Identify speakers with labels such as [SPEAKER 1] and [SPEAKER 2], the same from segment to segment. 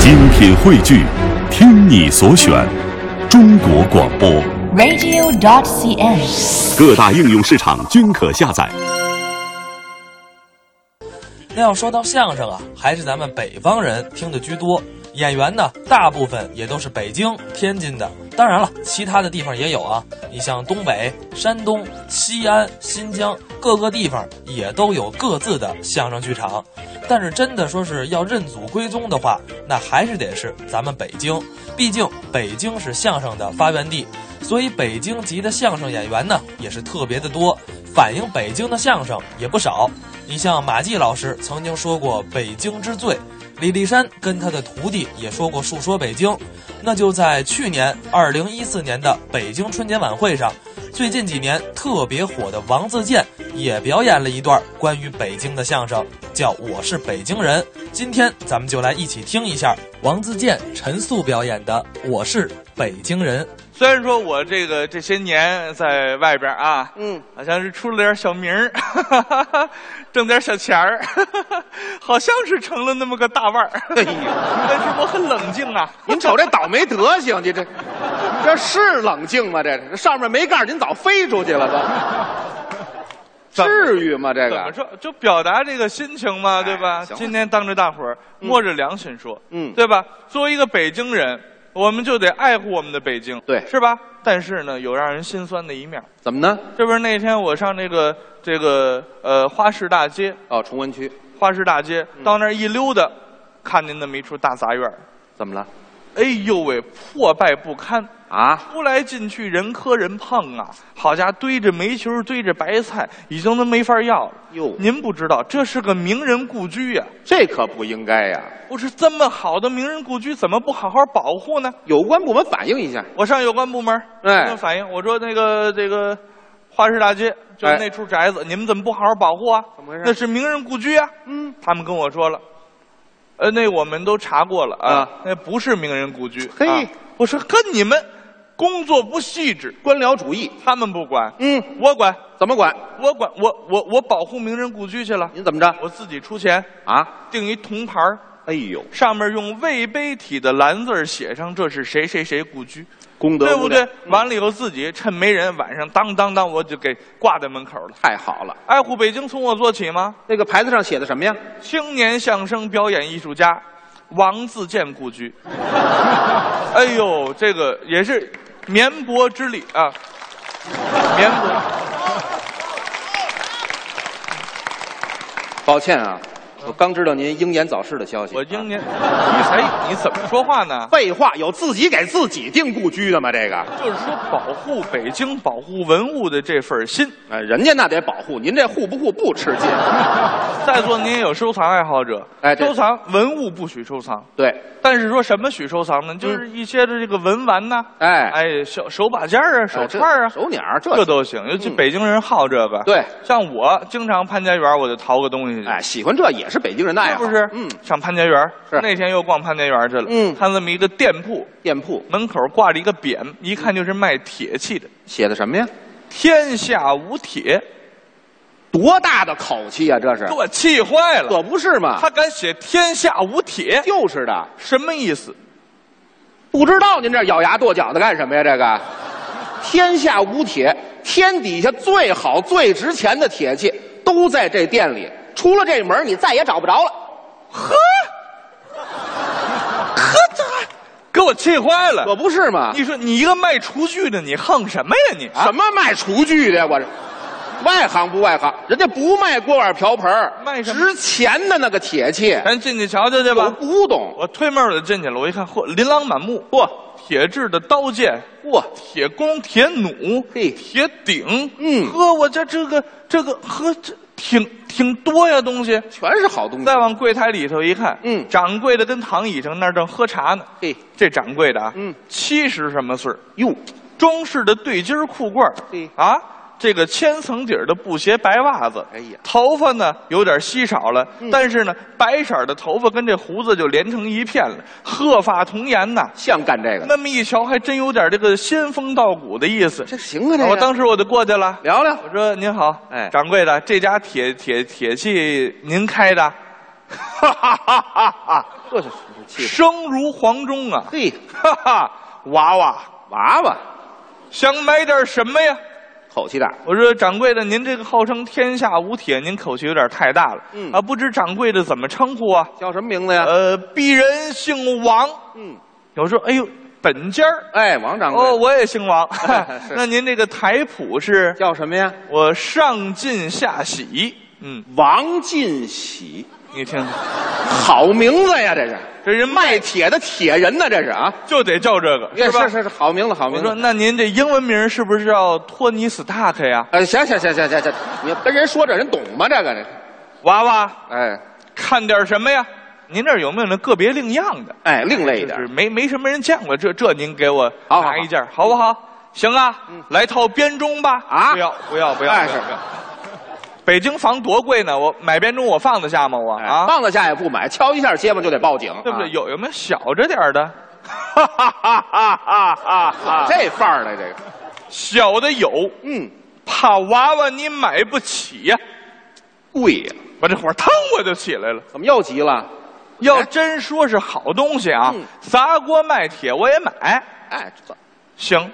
[SPEAKER 1] 精品汇聚，听你所选，中国广播。
[SPEAKER 2] radio.cn
[SPEAKER 1] 各大应用市场均可下载。
[SPEAKER 3] 那要说到相声啊，还是咱们北方人听的居多。演员呢，大部分也都是北京、天津的，当然了，其他的地方也有啊。你像东北、山东、西安、新疆各个地方也都有各自的相声剧场，但是真的说是要认祖归宗的话，那还是得是咱们北京，毕竟北京是相声的发源地，所以北京籍的相声演员呢也是特别的多，反映北京的相声也不少。你像马季老师曾经说过《北京之最》，李立山跟他的徒弟也说过《述说北京》。那就在去年二零一四年的北京春节晚会上，最近几年特别火的王自健也表演了一段关于北京的相声，叫《我是北京人》。今天咱们就来一起听一下王自健、陈素表演的《我是北京人》。
[SPEAKER 4] 虽然说我这个这些年在外边啊，
[SPEAKER 5] 嗯，
[SPEAKER 4] 好像是出了点小名儿， 挣点小钱儿， 好像是成了那么个大腕儿，
[SPEAKER 5] 哎 呀，
[SPEAKER 4] 但是我很冷静啊。
[SPEAKER 5] 您瞅这倒霉德行，你这这是冷静吗？这这上面没盖儿，您早飞出去了 都，
[SPEAKER 4] 怎么
[SPEAKER 5] 至于吗？这
[SPEAKER 4] 怎么
[SPEAKER 5] 个哎
[SPEAKER 4] 说？就表达这个心情嘛，对吧？
[SPEAKER 5] 行了
[SPEAKER 4] 今天当着大伙儿摸着良心说，
[SPEAKER 5] 嗯
[SPEAKER 4] 对吧？作为一个北京人，我们就得爱护我们的北京，
[SPEAKER 5] 对
[SPEAKER 4] 是吧？但是呢，有让人心酸的一面儿。
[SPEAKER 5] 怎么呢？
[SPEAKER 4] 这不是那天我上这个这个呃花市大街，
[SPEAKER 5] 哦，崇文区
[SPEAKER 4] 花市大街，到那儿一溜达，看见那么一处大杂院儿，
[SPEAKER 5] 怎么了？
[SPEAKER 4] 哎呦喂，破败不堪，
[SPEAKER 5] 啊，
[SPEAKER 4] 出来进去人磕人碰啊！好家伙，堆着煤球，堆着白菜，已经都没法要了。
[SPEAKER 5] 哟
[SPEAKER 4] 您不知道，这是个名人故居呀、
[SPEAKER 5] 这可不应该呀！
[SPEAKER 4] 不是这么好的名人故居，怎么不好好保护呢？
[SPEAKER 5] 有关部门反映一下。
[SPEAKER 4] 我上有关部门儿，
[SPEAKER 5] 哎
[SPEAKER 4] 跟他反映，我说那个这个花市大街就
[SPEAKER 5] 哎
[SPEAKER 4] 那处宅子，你们怎么不好好保护啊？
[SPEAKER 5] 怎么回事
[SPEAKER 4] 那是名人故居啊！
[SPEAKER 5] 嗯，
[SPEAKER 4] 他们跟我说了，呃，那我们都查过了啊
[SPEAKER 5] 啊，
[SPEAKER 4] 那不是名人故居。
[SPEAKER 5] 嘿
[SPEAKER 4] 啊我说跟你们工作不细致，
[SPEAKER 5] 官僚主义，
[SPEAKER 4] 他们不管，
[SPEAKER 5] 嗯，
[SPEAKER 4] 我管，
[SPEAKER 5] 怎么管？
[SPEAKER 4] 我管，我我我保护名人故居去了，
[SPEAKER 5] 您怎么着？
[SPEAKER 4] 我自己出钱
[SPEAKER 5] 啊，
[SPEAKER 4] 订一铜牌儿
[SPEAKER 5] 哎呦，
[SPEAKER 4] 上面用魏碑体的蓝字儿写上这是谁谁谁故居，
[SPEAKER 5] 功德
[SPEAKER 4] 对
[SPEAKER 5] 无
[SPEAKER 4] 不
[SPEAKER 5] 量
[SPEAKER 4] 对？完了以后自己趁没人，晚上当当当我就给挂在门口了。
[SPEAKER 5] 太好了。
[SPEAKER 4] 爱护北京从我做起吗？
[SPEAKER 5] 那个牌子上写的什么呀？
[SPEAKER 4] 青年相声表演艺术家王自健故居。 哎呦，这个也是绵薄之力啊，绵薄。
[SPEAKER 5] 抱歉啊，我刚知道您英年早逝的消息。
[SPEAKER 4] 我英
[SPEAKER 5] 啊
[SPEAKER 4] 年，你才你怎么说话呢？
[SPEAKER 5] 废话，有自己给自己定故居的吗？这个。
[SPEAKER 4] 就是说保护北京、保护文物的这份心。
[SPEAKER 5] 哎，人家那得保护，您这护不护不吃 劲。
[SPEAKER 4] 在座您也有收藏爱好者，
[SPEAKER 5] 哎对
[SPEAKER 4] 收藏文物不许收藏，
[SPEAKER 5] 对，
[SPEAKER 4] 但是说什么许收藏呢？就是一些的这个文玩呐、
[SPEAKER 5] 嗯哎
[SPEAKER 4] 哎，手手把件儿啊，手串儿啊，
[SPEAKER 5] 手鸟儿这
[SPEAKER 4] 这都行。尤其
[SPEAKER 5] 嗯
[SPEAKER 4] 北京人好这个，
[SPEAKER 5] 对
[SPEAKER 4] 像我经常潘家园，我就淘个东西去。
[SPEAKER 5] 哎，喜欢这也是北京人的爱
[SPEAKER 4] 是
[SPEAKER 5] 好，
[SPEAKER 4] 不是？
[SPEAKER 5] 嗯，
[SPEAKER 4] 上潘家园
[SPEAKER 5] 是
[SPEAKER 4] 那天又逛潘家园去了。
[SPEAKER 5] 嗯
[SPEAKER 4] 看这么一个店铺，
[SPEAKER 5] 店铺
[SPEAKER 4] 门口挂着一个匾，一看就是卖铁器的。
[SPEAKER 5] 写的什么呀？
[SPEAKER 4] 天下无铁，
[SPEAKER 5] 多大的口气啊呀、这是
[SPEAKER 4] 给，我气坏了。
[SPEAKER 5] 可不是嘛？
[SPEAKER 4] 他敢写“天下无铁
[SPEAKER 5] 就是的，”，
[SPEAKER 4] 什么意思？
[SPEAKER 5] 不知道您这咬牙跺脚的干什么呀？这个，天下无铁，天底下最好最值钱的铁器都在这店里，出了这门儿你再也找不着了，
[SPEAKER 4] 给我气坏
[SPEAKER 5] 可
[SPEAKER 4] 了！
[SPEAKER 5] 不是嘛？
[SPEAKER 4] 你说你一个卖厨具的，你横什么呀你？啊
[SPEAKER 5] 什么卖厨具的呀？我这外行不外行，人家不卖锅碗瓢盆儿
[SPEAKER 4] 卖什么
[SPEAKER 5] 值钱的那个铁器，
[SPEAKER 4] 咱进去瞧瞧去
[SPEAKER 5] 我
[SPEAKER 4] 吧。
[SPEAKER 5] 不懂。
[SPEAKER 4] 我推门我就进去了，我一看，嚯，琳琅满目，嚯，铁制的刀剑，
[SPEAKER 5] 嚯，
[SPEAKER 4] 铁弓、铁弩、
[SPEAKER 5] 嘿
[SPEAKER 4] 铁鼎，
[SPEAKER 5] 嗯
[SPEAKER 4] 呵，我这这个这个呵，这挺挺多呀东西。
[SPEAKER 5] 全是好东西
[SPEAKER 4] 嗯再。往柜台里头一看，
[SPEAKER 5] 嗯
[SPEAKER 4] 掌柜的跟躺椅上那儿正喝茶呢。
[SPEAKER 5] 嘿，
[SPEAKER 4] 这掌柜的啊，
[SPEAKER 5] 嗯
[SPEAKER 4] 七十什么岁儿
[SPEAKER 5] 哟，
[SPEAKER 4] 中式的对襟儿裤褂儿
[SPEAKER 5] 对
[SPEAKER 4] 啊，这个千层底儿的布鞋白袜子，
[SPEAKER 5] 哎呀嗯
[SPEAKER 4] 头发呢有点稀少了，但是呢，白色儿的头发跟这胡子就连成一片了，鹤发童颜呐。
[SPEAKER 5] 像干这个的，
[SPEAKER 4] 那么一瞧，还真有点这个仙风道骨的意思。
[SPEAKER 5] 这行啊，这个
[SPEAKER 4] 我当时我就过去了，
[SPEAKER 5] 聊 聊
[SPEAKER 4] 我说：“您好，
[SPEAKER 5] 哎
[SPEAKER 4] 掌柜的，这家铁铁铁器您开的？”哈哈哈哈哈！
[SPEAKER 5] 这是气氛。
[SPEAKER 4] 生如黄钟啊！
[SPEAKER 5] 嘿，
[SPEAKER 4] 哈哈，娃娃
[SPEAKER 5] 娃娃，
[SPEAKER 4] 想买点什么呀？
[SPEAKER 5] 口气大，
[SPEAKER 4] 我说掌柜的，您这个号称天下无铁，您口气有点太大了。
[SPEAKER 5] 嗯
[SPEAKER 4] 啊，不知掌柜的怎么称呼啊？
[SPEAKER 5] 叫什么名字呀？
[SPEAKER 4] 呃，鄙人姓王。
[SPEAKER 5] 嗯，
[SPEAKER 4] 有时候，哎呦，本家儿。
[SPEAKER 5] 哎，王掌柜，
[SPEAKER 4] 哦，我也姓王
[SPEAKER 5] 是。
[SPEAKER 4] 那您这个台谱是？
[SPEAKER 5] 叫什么呀？
[SPEAKER 4] 我上进下喜。嗯，
[SPEAKER 5] 王进喜，
[SPEAKER 4] 你听，
[SPEAKER 5] 好名字呀， 这是
[SPEAKER 4] 这人
[SPEAKER 5] 卖铁的铁人呢，这是啊，
[SPEAKER 4] 就得叫这个，
[SPEAKER 5] 也
[SPEAKER 4] 吧？
[SPEAKER 5] 是是是好名字，好
[SPEAKER 4] 我
[SPEAKER 5] 名
[SPEAKER 4] 说，
[SPEAKER 5] 字。
[SPEAKER 4] 那您这英文名是不是叫托尼·斯塔克呀？
[SPEAKER 5] 呃，行行行行行行，你跟人说这人懂吗？这个这，
[SPEAKER 4] 娃娃，
[SPEAKER 5] 哎
[SPEAKER 4] 看点什么呀？您这儿有没有那个别另样的？
[SPEAKER 5] 哎，另类一
[SPEAKER 4] 就是
[SPEAKER 5] 点，
[SPEAKER 4] 没没什么人见过，这这您给我
[SPEAKER 5] 好好嗯
[SPEAKER 4] 拿一件儿，好不好？行啊，来套编钟吧。
[SPEAKER 5] 啊
[SPEAKER 4] 不要不要不要！
[SPEAKER 5] 哎
[SPEAKER 4] 不要
[SPEAKER 5] 是
[SPEAKER 4] 不要北京房多贵呢，我买编钟我放得下吗？我
[SPEAKER 5] 哎
[SPEAKER 4] 啊，
[SPEAKER 5] 棒子下也不买，敲一下街坊就得报警，
[SPEAKER 4] 对不对？
[SPEAKER 5] 啊？
[SPEAKER 4] 有有没有小着点儿的？哈哈哈哈哈哈！
[SPEAKER 5] 这范儿的这个，
[SPEAKER 4] 小的有，
[SPEAKER 5] 嗯，
[SPEAKER 4] 怕娃娃你买不起呀。
[SPEAKER 5] 贵呀，
[SPEAKER 4] 我这火腾我就起来了。
[SPEAKER 5] 怎么又急了？
[SPEAKER 4] 要真说是好东西啊
[SPEAKER 5] 嗯，
[SPEAKER 4] 砸锅卖铁我也买。
[SPEAKER 5] 哎，这
[SPEAKER 4] 行，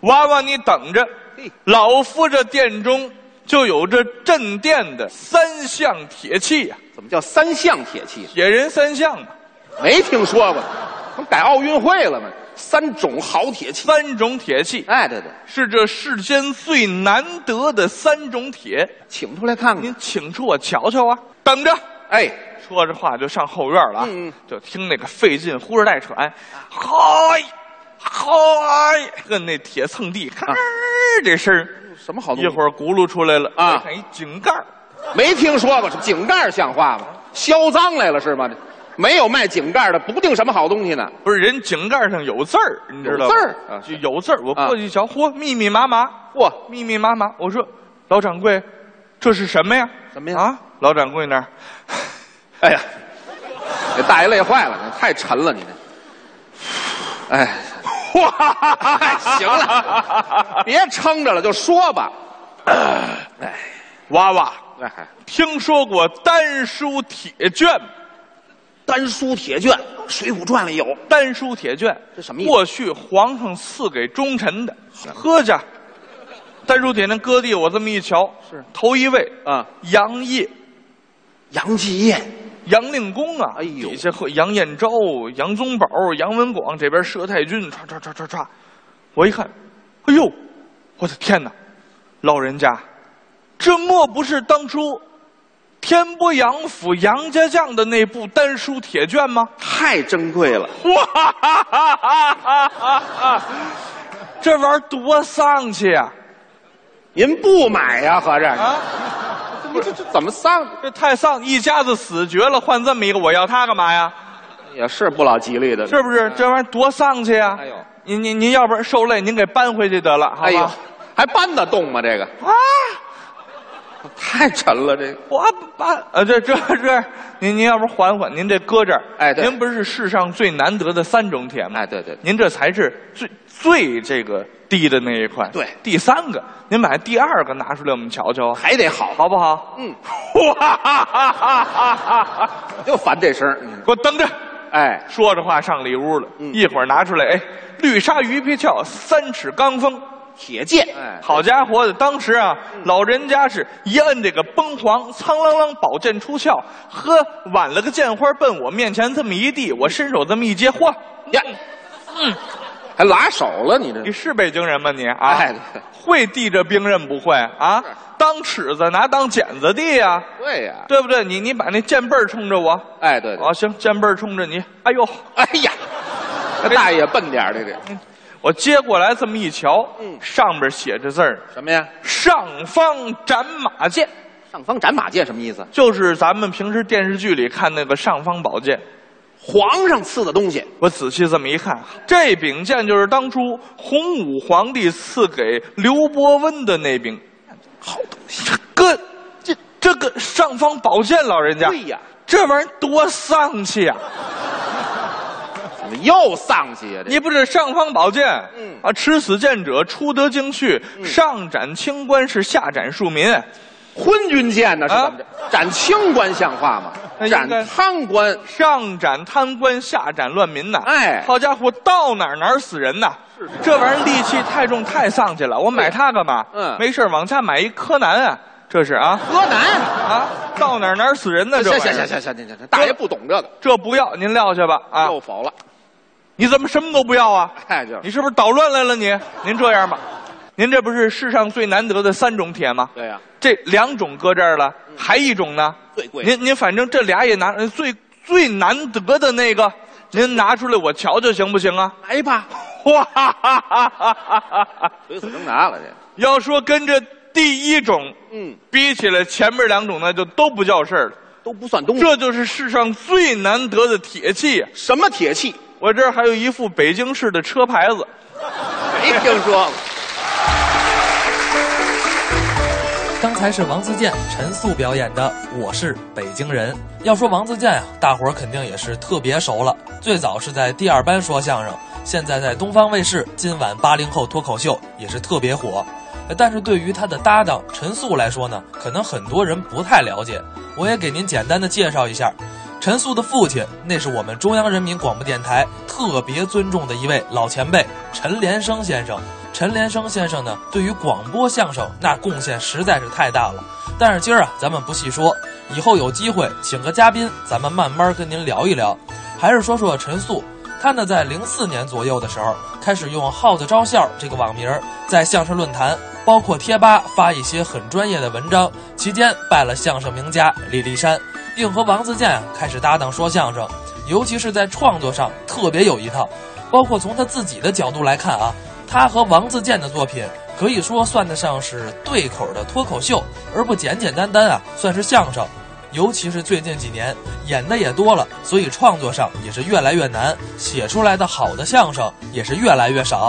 [SPEAKER 4] 娃娃你等着
[SPEAKER 5] 嗯嘿，
[SPEAKER 4] 老夫这殿中就有这镇店的三项铁器呀、
[SPEAKER 5] 怎么叫三项铁器？
[SPEAKER 4] 铁人三项啊，
[SPEAKER 5] 没听说过，怎么改奥运会了吗？三种好铁器，
[SPEAKER 4] 三种铁器
[SPEAKER 5] 哎，对对，
[SPEAKER 4] 是这世间最难得的三种铁，
[SPEAKER 5] 请出来看看
[SPEAKER 4] 您，请出我瞧瞧啊！等着。
[SPEAKER 5] 哎。
[SPEAKER 4] 说着话就上后院了啊，
[SPEAKER 5] 嗯嗯啊
[SPEAKER 4] 就听那个费劲呼哧带喘，嗨，嗨，跟那铁蹭地，咔、这声儿
[SPEAKER 5] 什么啊好东
[SPEAKER 4] 一
[SPEAKER 5] 西？
[SPEAKER 4] 会儿轱辘出来了
[SPEAKER 5] 啊
[SPEAKER 4] 再看一井盖儿
[SPEAKER 5] 没听说过，井盖像话吗？销赃来了是吗？没有卖井盖的，不定什么好东西呢。
[SPEAKER 4] 不是人井盖上有字儿，你知道吗？
[SPEAKER 5] 有字儿啊
[SPEAKER 4] 就有字儿。我
[SPEAKER 5] 啊
[SPEAKER 4] 过去一瞧，嚯，密密麻麻，
[SPEAKER 5] 嚯
[SPEAKER 4] 密密麻麻。我说，老掌柜，这是什么呀？
[SPEAKER 5] 什么呀
[SPEAKER 4] 啊，老掌柜那儿，
[SPEAKER 5] 哎呀，给大爷累坏了，你太沉了，你这。 哎，
[SPEAKER 4] 哇，
[SPEAKER 5] 哎行了，别撑着了，就说吧。
[SPEAKER 4] 娃娃，
[SPEAKER 5] 哎，
[SPEAKER 4] 听说过丹书铁卷吗？
[SPEAKER 5] 丹书铁卷，《水浒传》里有。
[SPEAKER 4] 丹书铁卷，
[SPEAKER 5] 这什么意思
[SPEAKER 4] 过去皇上赐给忠臣的，喝去。丹书铁那哥地，我这么一瞧，
[SPEAKER 5] 是
[SPEAKER 4] 头一位
[SPEAKER 5] 啊，
[SPEAKER 4] 杨业，
[SPEAKER 5] 杨继业，
[SPEAKER 4] 杨令公啊，
[SPEAKER 5] 哎呦
[SPEAKER 4] 底下和杨彦昭、杨宗保、杨文广这边佘太君，唰唰唰唰唰，我一看，哎呦，我的天哪，老人家，这莫不是当初天波杨府杨家将的那部丹书铁卷 吗？
[SPEAKER 5] 太珍贵了。
[SPEAKER 4] 哇哈哈哈哈哈哈哈哈！这玩意儿多丧气啊！
[SPEAKER 5] 您不买呀、合着？
[SPEAKER 4] 啊，
[SPEAKER 5] 这这这怎么丧？
[SPEAKER 4] 这太丧，一家子死绝了，换这么一个，我要它干嘛呀？
[SPEAKER 5] 也是不老吉利 的。
[SPEAKER 4] 是不是？这玩意儿多丧气啊！
[SPEAKER 5] 哎呦
[SPEAKER 4] 您您您要不然受累，您给搬回去得了，好吧？
[SPEAKER 5] 哎呦，还搬得动吗？这个
[SPEAKER 4] 啊！
[SPEAKER 5] 太沉了，这个。
[SPEAKER 4] 我搬呃，这这这，您您要不然缓缓，您这搁这儿，
[SPEAKER 5] 哎对
[SPEAKER 4] 您不是世上最难得的三种铁吗？
[SPEAKER 5] 哎对对对
[SPEAKER 4] 您这才是最最这个低的那一块，
[SPEAKER 5] 对
[SPEAKER 4] 第三个，您把第二个拿出来，我们瞧瞧啊，
[SPEAKER 5] 还得好，
[SPEAKER 4] 好不好？
[SPEAKER 5] 嗯，
[SPEAKER 4] 哇哈哈哈哈哈哈！
[SPEAKER 5] 就烦这声儿。嗯
[SPEAKER 4] 给我等着。
[SPEAKER 5] 哎，
[SPEAKER 4] 说着话上里屋了，
[SPEAKER 5] 嗯
[SPEAKER 4] 一会儿拿出来，哎，绿鲨鱼皮鞘，三尺钢锋，
[SPEAKER 5] 铁剑，哎，嗯
[SPEAKER 4] 好家伙的，当时啊，老人家是一摁这个崩簧，苍啷啷宝剑出鞘，呵，挽了个剑花奔我面前这么一递，我伸手这么一接，嚯，
[SPEAKER 5] 呀，嗯，还拉手了，你这
[SPEAKER 4] 你是北京人吗你啊？
[SPEAKER 5] 嗯哎对
[SPEAKER 4] 会递这兵刃不会啊？当尺子拿当剪子递呀、
[SPEAKER 5] 对呀，
[SPEAKER 4] 对不对？你你把那剑背儿冲着我，
[SPEAKER 5] 哎，对对
[SPEAKER 4] 啊，，行，剑背儿冲着你，哎呦，
[SPEAKER 5] 哎呀，那大爷笨点儿，这个
[SPEAKER 4] 我接过来这么一瞧，
[SPEAKER 5] 嗯
[SPEAKER 4] 上边写着字儿
[SPEAKER 5] 什么呀？
[SPEAKER 4] “上方斩马剑
[SPEAKER 5] 上方斩马剑什么意思”，？
[SPEAKER 4] 就是咱们平时电视剧里看那个尚方宝剑。
[SPEAKER 5] 皇上赐的东西，
[SPEAKER 4] 我仔细这么一看，这柄剑就是当初洪武皇帝赐给刘伯温的那柄。
[SPEAKER 5] 好东西，
[SPEAKER 4] 这个，这这个尚方宝剑，老人家，
[SPEAKER 5] 对呀，
[SPEAKER 4] 这玩意儿多丧气啊！
[SPEAKER 5] 怎么又丧气呀？这
[SPEAKER 4] 你不是上方宝剑，
[SPEAKER 5] 嗯
[SPEAKER 4] 啊，持此剑者，出得京去，上斩清官是下斩庶民。
[SPEAKER 5] 啊昏君剑呢？是怎么着？斩清官像话吗？
[SPEAKER 4] 那应
[SPEAKER 5] 斩
[SPEAKER 4] 该
[SPEAKER 5] 贪官，
[SPEAKER 4] 上斩贪官，下斩乱民呐！
[SPEAKER 5] 哎
[SPEAKER 4] 好家伙，到哪儿哪儿死人呐！这玩意儿戾气太重，太丧气了。我买它干嘛？
[SPEAKER 5] 嗯
[SPEAKER 4] 没事儿往家买一柯南啊，这是啊
[SPEAKER 5] 柯南。
[SPEAKER 4] 啊，到哪儿哪儿死人呢？这
[SPEAKER 5] 行
[SPEAKER 4] 玩意
[SPEAKER 5] 行
[SPEAKER 4] 儿
[SPEAKER 5] 行行行行行，大爷不懂这个，
[SPEAKER 4] 这不要您撂下吧啊！
[SPEAKER 5] 又否了，
[SPEAKER 4] 你怎么什么都不要啊？
[SPEAKER 5] 哎，就是
[SPEAKER 4] 你是不是捣乱来了你？您这样吧，您这不是世上最难得的三种铁吗？
[SPEAKER 5] 对呀、嗯
[SPEAKER 4] 这两种搁这儿了，还一种呢？
[SPEAKER 5] 最贵
[SPEAKER 4] 您您反正这俩也拿，呃最最难得的那个，您拿出来我瞧瞧行不行啊？
[SPEAKER 5] 来吧，
[SPEAKER 4] 哇哈哈哈哈哈！
[SPEAKER 5] 垂死挣扎了这，
[SPEAKER 4] 要说跟这第一种
[SPEAKER 5] 嗯，
[SPEAKER 4] 比起来，前面两种那就都不叫事儿了。
[SPEAKER 5] 都不算东西。
[SPEAKER 4] 这就是世上最难得的铁器。
[SPEAKER 5] 什么铁器？
[SPEAKER 4] 我这儿还有一副北京市的车牌子，
[SPEAKER 5] 没听说过。
[SPEAKER 3] 刚才是王自健、陈素表演的《我是北京人》。要说王自健啊，大伙儿肯定也是特别熟了。最早是在第二班说相声，现在在东方卫视《今晚八零后脱口秀》也是特别火。呃但是对于他的搭档陈素来说呢，可能很多人不太了解。我也给您简单的介绍一下，陈素的父亲那是我们中央人民广播电台特别尊重的一位老前辈陈连生先生。陈连生先生呢，对于广播相声那贡献实在是太大了。但是今儿啊，咱们不细说，以后有机会请个嘉宾，咱们慢慢跟您聊一聊。还是说说陈素，他呢在零四年左右的时候，开始用“耗子招笑”这个网名儿在相声论坛，包括贴吧发一些很专业的文章，期间拜了相声名家李立山，并和王自健啊开始搭档说相声，尤其是在创作上特别有一套。包括从他自己的角度来看啊，他和王自健的作品可以说算得上是对口的脱口秀，而不简简单单啊算是相声。尤其是最近几年演的也多了，所以创作上也是越来越难，写出来的好的相声也是越来越少。